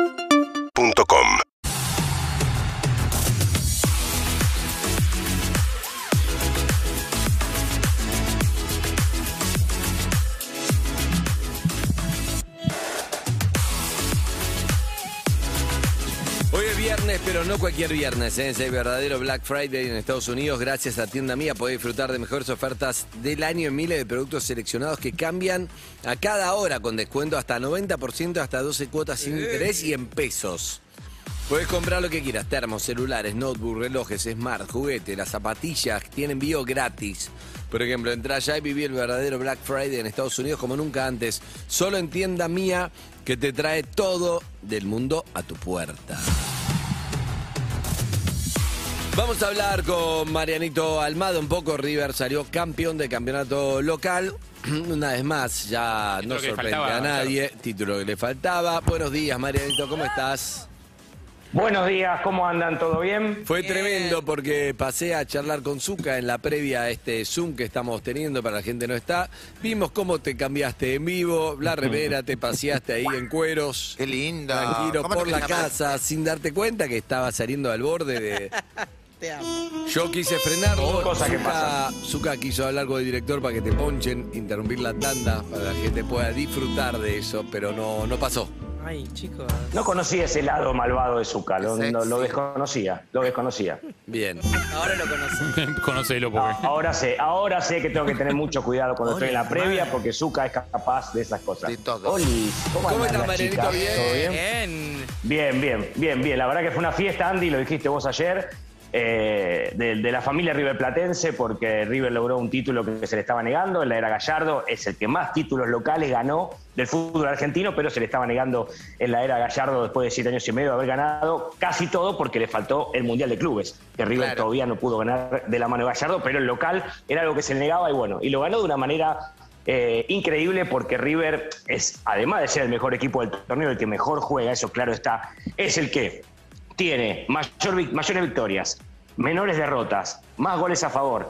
UrbanaPlayFM.com Hoy es viernes, pero no cualquier viernes, ¿eh? es el verdadero Black Friday en Estados Unidos. Gracias a Tienda Mía podés disfrutar de mejores ofertas del año en miles de productos seleccionados que cambian a cada hora con descuento hasta 90%, hasta 12 cuotas sin interés y en pesos. Puedes comprar lo que quieras, termos, celulares, notebook, relojes, smart, juguete, las zapatillas, tienen envío gratis. Por ejemplo, entra ya y viví el verdadero Black Friday en Estados Unidos como nunca antes. Solo en tienda mía que te trae todo del mundo a tu puerta. Vamos a hablar con Marianito Almada un poco. River salió campeón del campeonato local. Una vez más, ya no que le sorprende faltaba, a nadie. Título que le faltaba. Buenos días, Marianito, ¿cómo estás? Buenos días, ¿cómo andan? ¿Todo bien? Fue tremendo porque pasé a charlar con Zuka en la previa a este Zoom que estamos teniendo para la gente no está. Vimos cómo te cambiaste en vivo, la remera, te paseaste ahí en cueros. Qué linda. Tranquilo, ¿Cómo por te la llamas? casa, sin darte cuenta que estaba saliendo al borde de... Te amo. Yo quise frenarlo. Cosas que Zuka, Zuka quiso hablar con el director para que te ponchen, interrumpir la tanda, para que te pueda disfrutar de eso, pero no, no pasó. Ay, chicos. No conocía ese lado malvado de Zucca, lo, Sexy. no- lo desconocía, lo desconocía. Bien. Ahora lo conocí. Conocelo Ah, porque. Ahora sé, ahora sé que tengo que tener mucho cuidado cuando estoy en la Hola, previa madre. porque Zucca es capaz de esas cosas. De todo. Oli, ¿cómo, ¿Cómo estás, andan las Marianito? chicas? Bien. ¿Todo bien? Bien. Bien, bien, bien, bien. La verdad que fue una fiesta, Andy, lo dijiste vos ayer, eh, de, de la familia River Platense, porque River logró un título que se le estaba negando en la era Gallardo. Es el que más títulos locales ganó del fútbol argentino, pero se le estaba negando en la era Gallardo después de siete años y medio de haber ganado casi todo porque le faltó el Mundial de Clubes, que River Claro. todavía no pudo ganar de la mano de Gallardo, pero el local era algo que se le negaba y bueno, y lo ganó de una manera eh, increíble porque River es, además de ser el mejor equipo del torneo, el que mejor juega, eso claro está, es el que tiene mayor vic- mayores victorias, menores derrotas, más goles a favor,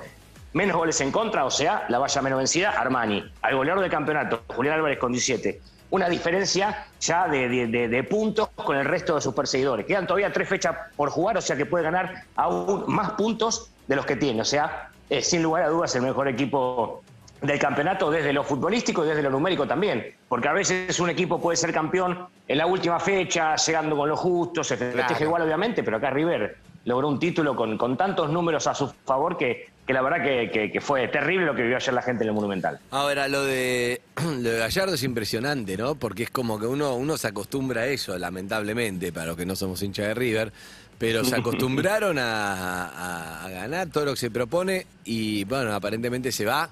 menos goles en contra, o sea, la valla menos vencida, Armani. Al goleador del campeonato, Julián Álvarez con 17. Una diferencia ya de, de- de- de puntos con el resto de sus perseguidores. Quedan todavía tres fechas por jugar, o sea que puede ganar aún más puntos de los que tiene. O sea, eh, sin lugar a dudas, el mejor equipo del campeonato desde lo futbolístico y desde lo numérico también, porque a veces un equipo puede ser campeón en la última fecha, llegando con lo justo, se festeja Claro. igual obviamente, pero acá River logró un título con, con tantos números a su favor que, que la verdad que, que- que fue terrible lo que vivió ayer la gente en el Monumental. Ahora, lo de, lo de Gallardo es impresionante, ¿no? Porque es como que uno, uno se acostumbra a eso, lamentablemente, para los que no somos hinchas de River, pero se acostumbraron a, a- a ganar todo lo que se propone y, bueno, aparentemente se va.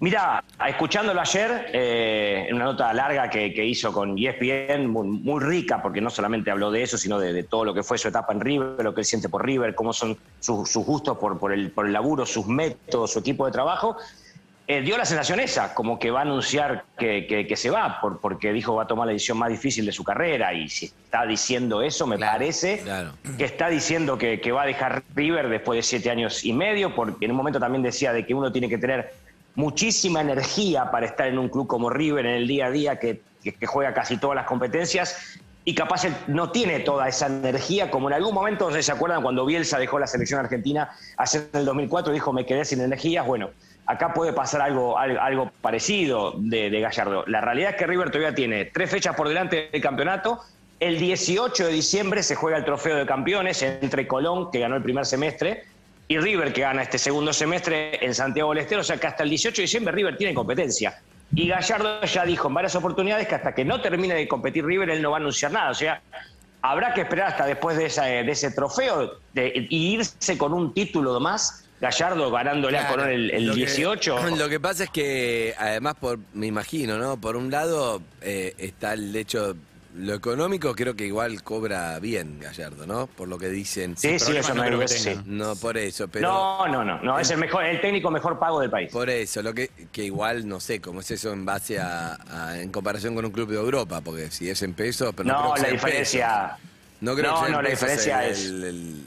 Mira, escuchándolo ayer, eh, en una nota larga que, que hizo con E ESPN, muy, muy rica, porque no solamente habló de eso, sino de, de todo lo que fue su etapa en River, lo que él siente por River, cómo son sus, sus gustos por, por, el, por el laburo, sus métodos, su equipo de trabajo, eh, dio la sensación esa, como que va a anunciar que, que- que se va, por- porque dijo va a tomar la decisión más difícil de su carrera, y si está diciendo eso, me Claro, parece claro. que está diciendo que, que va a dejar River después de siete años y medio, porque en un momento también decía de que uno tiene que tener muchísima energía para estar en un club como River en el día a día que, que- que juega casi todas las competencias y capaz él no tiene toda esa energía como en algún momento, no sé si se acuerdan, cuando Bielsa dejó la selección argentina hace en el 2004 dijo me quedé sin energías, bueno, acá puede pasar algo, algo, algo parecido de, de Gallardo. La realidad es que River todavía tiene tres fechas por delante del campeonato, el 18 de diciembre se juega el trofeo de campeones entre Colón, que ganó el primer semestre, y River, que gana este segundo semestre en Santiago del Estero. O sea que hasta el 18 de diciembre River tiene competencia. Y Gallardo ya dijo en varias oportunidades que hasta que no termine de competir River, él no va a anunciar nada. O sea, habrá que esperar hasta después de, esa- de ese trofeo de- y irse con un título más. Gallardo ganándole a Claro, Colón el, el Lo que- 18. lo que pasa es que, además, por, me imagino, ¿no? Por un lado eh, está el hecho, lo económico creo que igual cobra bien Gallardo, ¿no? Por lo que dicen. sí, sí, problemas eso no me creo que sí. tenga. No, por eso, pero... No, no, no, no, es el mejor, el técnico mejor pago del país. Por eso, lo que, que igual no sé cómo es eso en base a, a- en comparación con un club de Europa, porque si es en pesos, pero no, creo No, que la sea en pesos. diferencia. No creo que No, sea en no, la pesos diferencia el, es- el, el,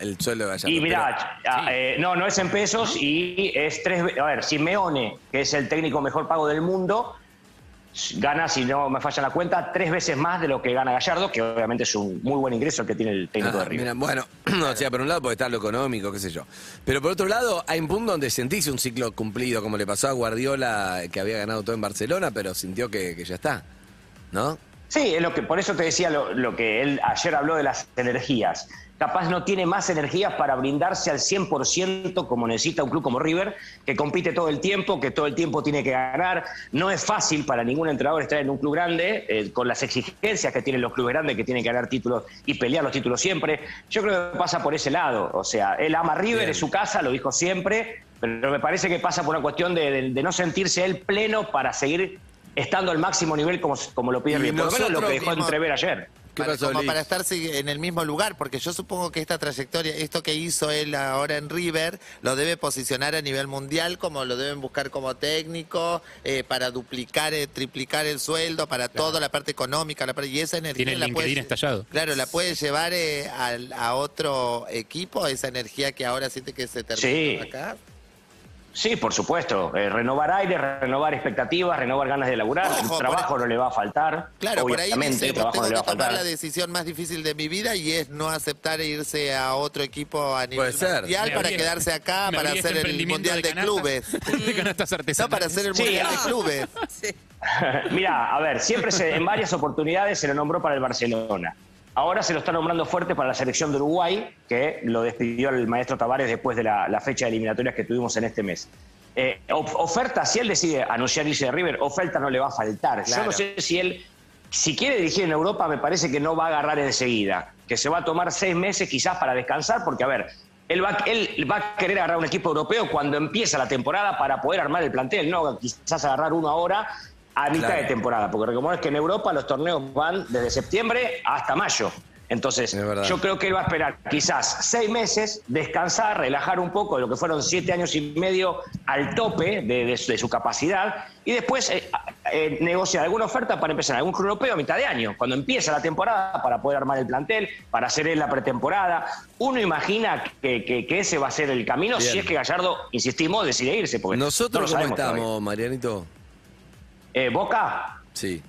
el sueldo de Gallardo. Y mirá, pero- ah, eh, no, no es en pesos y es tres. ve- A ver, Simeone, que es el técnico mejor pago del mundo, gana, si no me falla la cuenta, tres veces más de lo que gana Gallardo, que obviamente es un muy buen ingreso el que tiene el técnico de Ah, River. mira, bueno, o sea, por un lado puede estar lo económico, qué sé yo. Pero por otro lado, hay un punto donde sentís un ciclo cumplido, como le pasó a Guardiola, que había ganado todo en Barcelona, pero sintió que, que ya está. ¿No? Sí, es lo que, por eso te decía lo, lo que él ayer habló de las energías. Capaz no tiene más energías para brindarse al 100% como necesita un club como River, que compite todo el tiempo, que todo el tiempo tiene que ganar. No es fácil para ningún entrenador estar en un club grande, eh, con las exigencias que tienen los clubes grandes, que tienen que ganar títulos y pelear los títulos siempre. Yo creo que pasa por ese lado. O sea, él ama a River, Bien. es su casa, lo dijo siempre, pero me parece que pasa por una cuestión de, de- de no sentirse él pleno para seguir estando al máximo nivel como, como lo pide Y y por lo menos lo nosotros que dejó mismos- entrever ayer. ¿Qué para, pasó, como Liz? para estar sí, en el mismo lugar, porque yo supongo que esta trayectoria, esto que hizo él ahora en River, lo debe posicionar a nivel mundial, como lo deben buscar como técnico, eh, para duplicar, eh, triplicar el sueldo, para toda la parte económica, la parte, y esa energía Tiene el la puede- LinkedIn estallado. Claro, la puede llevar eh, al- a, otro equipo, esa energía que ahora siente que se termina Sí. acá. Sí, por supuesto. eh, renovar aire, renovar expectativas, renovar ganas de laburar. Ojo, por el trabajo ahí- no le va a faltar. Claro, por ahí obviamente, dice, el tengo trabajo no que le va a tomar faltar. la decisión más difícil de mi vida y es no aceptar irse a otro equipo a nivel Puede ser. mundial Me para abrí- quedarse acá, me Ah, para abrí este hacer el emprendimiento mundial de, canastas- clubes. de canastas No, artesanales. para hacer el Sí, mundial ah. de clubes. Sí. Mirá, a ver, siempre se- en varias oportunidades se lo nombró para el Barcelona. Ahora se lo está nombrando fuerte para la selección de Uruguay, que lo despidió el maestro Tavares después de la, la fecha de eliminatorias que tuvimos en este mes. Eh, of- oferta, si él decide anunciar irse de River, oferta no le va a faltar. Yo Claro. no sé si él, si quiere dirigir en Europa, me parece que no va a agarrar enseguida, que se va a tomar seis meses quizás para descansar, porque a ver, él va, él va a querer agarrar un equipo europeo cuando empieza la temporada para poder armar el plantel, no quizás agarrar uno ahora a mitad Claro. de temporada, porque recordemos que en Europa los torneos van desde septiembre hasta mayo. Entonces, Es verdad. yo creo que él va a esperar quizás seis meses, descansar, relajar un poco de lo que fueron siete años y medio al tope de, de su, de su capacidad y después eh, eh, negociar alguna oferta para empezar en algún club europeo a mitad de año, cuando empieza la temporada, para poder armar el plantel, para hacer él la pretemporada. Uno imagina que, que- que ese va a ser el camino Bien. si es que Gallardo, insistimos, decide irse. Porque no lo Nosotros, ¿cómo sabemos estamos, todavía. Marianito? Eh, Boca, Sí.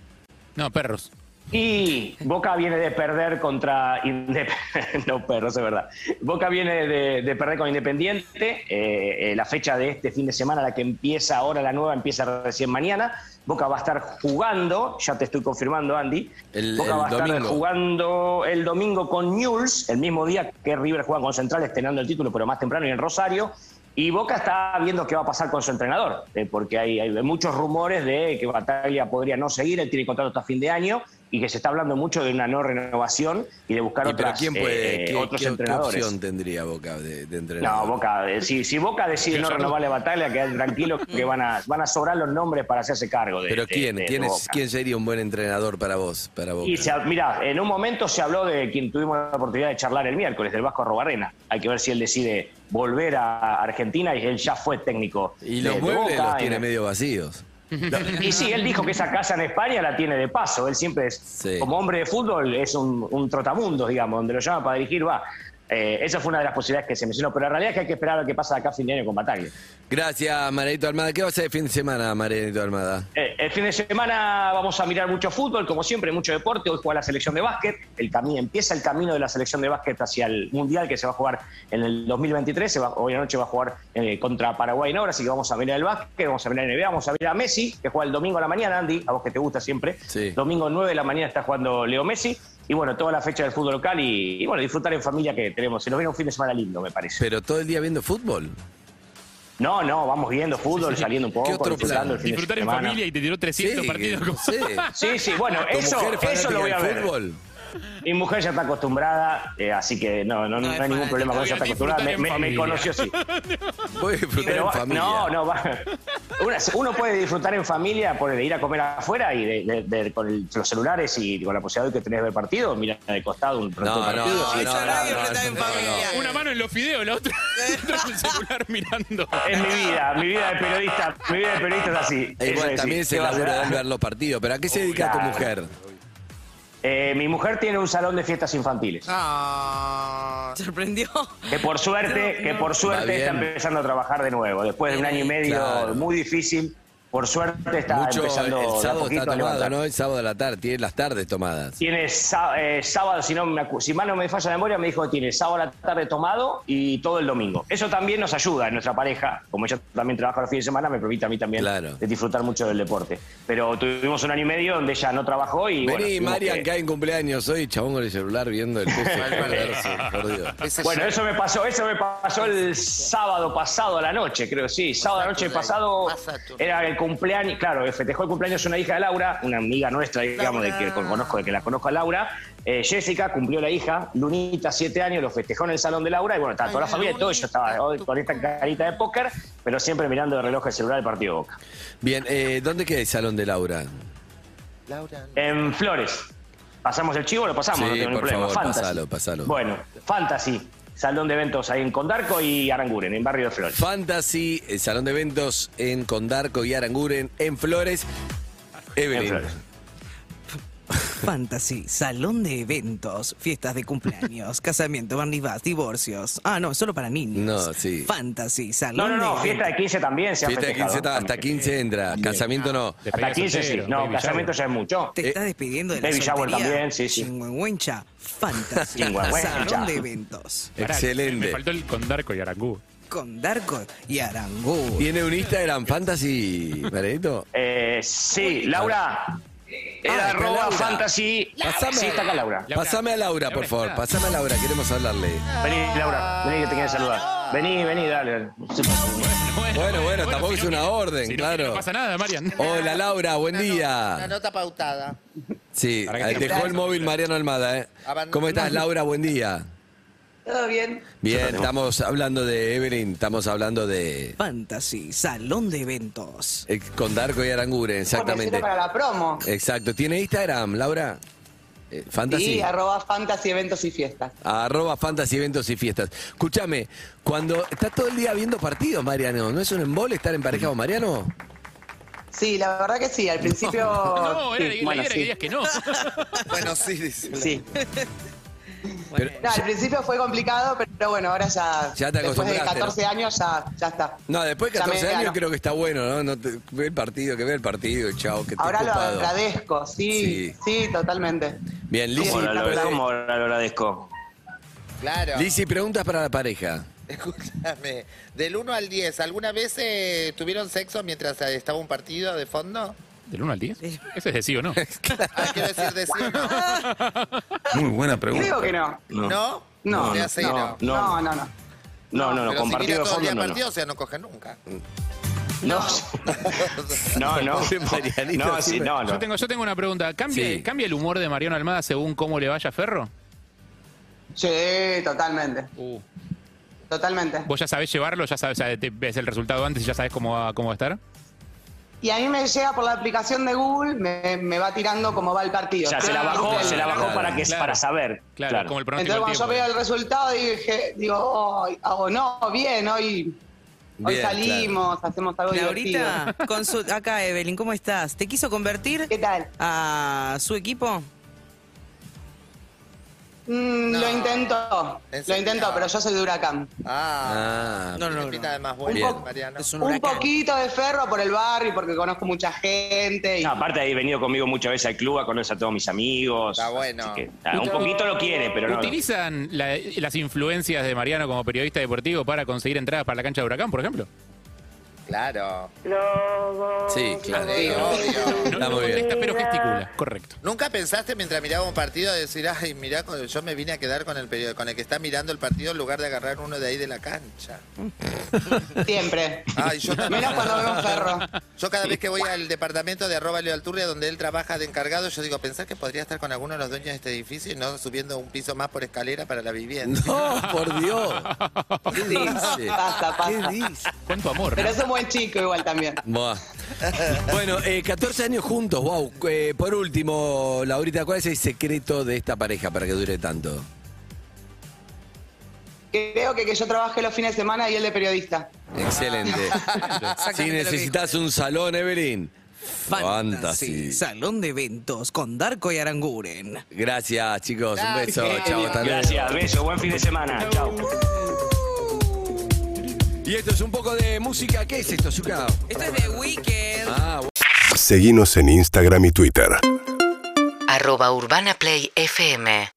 No, perros. Y Boca viene de perder contra. Indep- no, perros, es verdad. Boca viene de, de perder con Independiente. eh, eh, la fecha de este fin de semana, la que empieza ahora, la nueva, empieza recién mañana. Boca va a estar jugando, ya te estoy confirmando, Andy. El- Boca el va a estar domingo. jugando el domingo con Newell's, el mismo día que River juega con Central, estrenando el título, pero más temprano y en Rosario. Y Boca está viendo qué va a pasar con su entrenador, eh, porque hay, hay muchos rumores de que Bataglia podría no seguir, él tiene contrato hasta fin de año y que se está hablando mucho de una no renovación y de buscar ¿Y pero otras, quién puede, eh, qué, otros qué- qué entrenadores. opción tendría Boca de, de No, entrenador? Boca, eh, si, si Boca decide no Gallardo. renovarle a Bataglia, quedan tranquilos que van a, van a sobrar los nombres para hacerse cargo de ¿Pero de- quién? de- de ¿Quién, es- Boca. quién sería un buen entrenador para vos? Para Boca? Y mira, en un momento se habló de quien tuvimos la oportunidad de charlar el miércoles, del Vasco Robarrena. Hay que ver si él decide volver a Argentina y él ya fue técnico. Y de- los de muebles Boca, los y- tiene medio vacíos. Y sí, él dijo que esa casa en España la tiene de paso. Él siempre es, Sí. como hombre de fútbol, es un, un trotamundos, digamos, donde lo llama para dirigir, va. Eh, esa fue una de las posibilidades que se mencionó, pero la realidad es que hay que esperar a ver qué pasa de acá a fin de año con Bataglia. Gracias, Marianito Almada. ¿Qué va a hacer el fin de semana, Marianito Almada? Eh, el fin de semana vamos a mirar mucho fútbol, como siempre, mucho deporte. Hoy juega la selección de básquet. El camino, empieza el camino de la selección de básquet hacia el Mundial que se va a jugar en el 2023. Se va- hoy anoche va a jugar eh, contra Paraguay en ahora, así que vamos a mirar el básquet, vamos a mirar NBA, vamos a mirar a Messi, que juega el domingo a la mañana, Andy, a vos que te gusta siempre. Sí. Domingo 9 de la mañana está jugando Leo Messi. Y bueno, toda la fecha del fútbol local y, y bueno, disfrutar en familia que tenemos. Se nos viene un fin de semana lindo, me parece. ¿Pero todo el día viendo fútbol? No, no, vamos viendo fútbol, saliendo un poco, otro plan? disfrutando el fin de Disfrutar en semana. familia y te tiró 300 partidos. no con- sé. Sí, sí, bueno, ¿Tu eso, mujer eso fanática lo voy a del ver. fútbol? Mi mujer ya está acostumbrada, eh, así que no, no, no, No es hay ningún fanática, problema con voy eso, a está acostumbrada. Me, disfrutar en me- me familia. conoció así. Voy a disfrutar Pero en va- familia. no, no, va. Una- uno puede disfrutar en familia por el de ir a comer afuera y de, de- de- con el- los celulares y con la posibilidad de que tenés de ver partido, mira de costado un resto de No, no, partido. no, Eso no, nadie no, está en no, Eh, no. familia. Una mano en los fideos, la otra otra en el celular mirando. Es mi vida, mi vida de periodista, mi vida de periodista es así. E igual Eso es, también es sí. el ¿Qué vas a laburo de él hacer? ver los partidos. ¿Pero a qué se dedica tu claro. mujer? Eh, mi mujer tiene un salón de fiestas infantiles. Ah. Sorprendió. Que por suerte, No, que no. por Va suerte bien. está empezando a trabajar de nuevo. Después de un año y medio Claro. muy difícil, Por suerte está Mucho, empezando de a el sábado poquito está a tomado, levantar. ¿no? El sábado de la tarde, tiene las tardes tomadas. Tiene sá- eh, sábado, si, no me acu- si mal no me falla la memoria, me dijo que tiene sábado a la tarde tomado y todo el domingo. Eso también nos ayuda en nuestra pareja. Como yo también trabajo los fines de semana, me permite a mí también Claro. de disfrutar mucho del deporte. Pero tuvimos un año y medio donde ella no trabajó y. bueno, Vení, tuvimos Marian, que- que hay un cumpleaños hoy, chabón con el celular viendo el PC. A ver si, por Dios. Ese Bueno, ya- eso me pasó, eso me pasó el sábado pasado a la noche, creo, sí. Sábado a la noche Saturday, pasado más Saturday. era el cumpleaños, claro, festejó el cumpleaños una hija de Laura, una amiga nuestra, digamos, de que conozco, de que la conozco a Laura. Eh, Jessica cumplió la hija, Lunita, siete años, lo festejó en el salón de Laura y bueno, estaba toda la Ay, familia, todo Lunita, yo estaba hoy tu con esta carita de póker, pero siempre mirando el reloj del celular del partido de Boca. Bien, eh, ¿dónde queda el salón de Laura? Laura, En Flores. ¿Pasamos el chivo? Lo pasamos, Sí, no tengo ningún por problema. favor, Fantasy. pasalo, pasalo. Bueno, Fantasy, salón de eventos ahí en Condarco y Aranguren, en barrio de Flores. Fantasy, el salón de eventos en Condarco y Aranguren, en Flores. En Evelyn. Flores. Fantasy, salón de eventos, fiestas de cumpleaños, casamiento, barnibas, divorcios. Ah, no, solo para niños. No, sí. Fantasy, No, salón no, no, de fiesta de 15 también se ha Fiesta de festejado. 15, ta- hasta También. 15 entra. Casamiento Ah, no. Hasta 15 sí, no, casamiento ya es mucho. Te Eh, estás despidiendo de la Baby shower soltería. también, sí, sí. Chingüengüencha, fantasy, Chingüengüencha. salón de eventos, Excelente. Me faltó el Condarco y Arangú. con Darko y Arangú. ¿Tiene un Instagram Fantasy, Margarito? Eh, sí, Laura. Era Ah, está arroba Laura. fantasy. Sí, está acá Laura. Laura. Pasame a Laura, por Laura, favor. espera. Pasame a Laura, queremos hablarle. Vení, Laura, vení que te quieren saludar. Vení, vení, dale. dale. Bueno, bueno, tampoco es una orden, si no, claro. Oh, No pasa nada, Marian. Hola Laura, buen una no- Una día. nota pautada. Sí, eh, Para que te dejó el aplaudan. móvil Mariano Almada, ¿eh? Abandonó. ¿Cómo estás Laura? Buen día. Todo bien. Bien, estamos hablando de Evelyn, estamos hablando de Fantasy, salón de eventos. eh, con Darko y Aranguren, Porque exactamente. sirve para la promo. Exacto, ¿tiene Instagram, Laura? Eh, Sí, Fantasy. arroba fantasy eventos y fiestas. Arroba fantasy eventos y fiestas. Escúchame, cuando estás todo el día viendo partidos, Mariano, ¿no es un embole estar emparejado, Mariano? Sí, la verdad que sí, al principio... No, era, sí, la bueno, idea era que sí. digas que no. Bueno, sí, dice. Sí. Pero- No, al principio fue complicado, pero bueno, ahora ya... Ya te después de acostumbraste, 14 años ya, ya está. No, después de Ya me 14 años ganó. creo que está bueno, ¿no? no te- ve el partido, que ve el partido, chao, que te Ahora lo agradezco, sí, Sí. sí, totalmente. Bien, Lizzy, ¿Cómo Sí, lo- la lo- verdad. ¿Cómo lo lo agradezco? Claro. Lizzy, preguntas para la pareja. Escúchame. Del 1 al 10, ¿alguna vez eh, tuvieron sexo mientras eh, estaba un partido de fondo? ¿Del 1 al 10? Ese es de sí o no. Ah, quiero decir, de sí o no. Muy buena pregunta. Creo que no. ¿No? No, De no, hace no, no. no, no, no. No, no, no, Pero si compartido mira de todo el día fondo no. partido, o sea, no coge nunca. No, no, no. Pobre Marianito, No, sí, siempre- no, Yo no. tengo, yo tengo una pregunta. ¿Cambia, Sí. ¿Cambia el humor de Mariano Almada según cómo le vaya a Ferro? Sí, totalmente, Uh. totalmente. ¿Vos ya sabés llevarlo? ¿Ya sabés, sabés- te- ves el resultado antes y ya sabés cómo va, cómo va a estar? Y a mí me llega por la aplicación de Google, me, me va tirando cómo va el partido. O sea, se la Claro, bajó, Google. se la bajó Claro, para que claro. para saber. Claro, Claro. como el pronóstico Entonces cuando yo del veo el tiempo. ¿eh? resultado dije, digo, oh, oh, no, bien, hoy, hoy Bien, salimos, hacemos algo divertido. Laurita, con su- acá Evelyn, ¿cómo estás? ¿Te quiso convertir ¿Qué tal? a su equipo? Mm, No. Lo intentó, ¿En lo serio? intentó, pero yo soy de huracán. Ah. Ah, No, no, tiene no. pinta de más Bien. buena, Mariano. Es un Un huracán. poquito de ferro por el barrio, porque conozco mucha gente. Y... No, aparte he venido conmigo muchas veces al club a conocer a todos mis amigos. Está bueno. Así que, nada, un poquito lo quiere, pero no. no. ¿Utilizan la- las influencias de Mariano como periodista deportivo para conseguir entradas para la cancha de Huracán, por ejemplo? Claro. sí, claro. Sí, obvio. No, Está no muy bien. contesta, pero gesticula. Correcto. ¿Nunca pensaste mientras miraba un partido decir, ay, mirá, con- yo me vine a quedar con el periódico, con el que está mirando el partido en lugar de agarrar uno de ahí de la cancha? Siempre. Ay, Ah, yo también. Menos cuando veo un ferro. Yo cada vez que voy al departamento de arroba Leo Alturria, donde él trabaja de encargado, yo digo, pensás que podría estar con alguno de los dueños de este edificio y no subiendo un piso más por escalera para la vivienda. No, por Dios. ¿Qué dice? Pasa, pasa. ¿Qué dice? ¿Cuánto amor? Pero no? es un buen chico igual también. Buah. Bueno, eh, 14 años juntos, wow. Eh, por último, Laurita, ¿cuál es el secreto de esta pareja para que dure tanto? Creo que, que yo trabajé los fines de semana y él de periodista. Excelente. Si lo que necesitas un salón, Evelyn. Fantasy. Fantasy, salón de eventos, con Darko y Aranguren. Gracias, chicos. Un beso. Gracias. Chao, hasta luego. Gracias, beso, buen fin de semana. Chao. Y esto es un poco de música. ¿Qué es esto, Zuka? Esto es de Weekend. Ah, Seguinos en Instagram y Twitter. arroba urbanaplayfm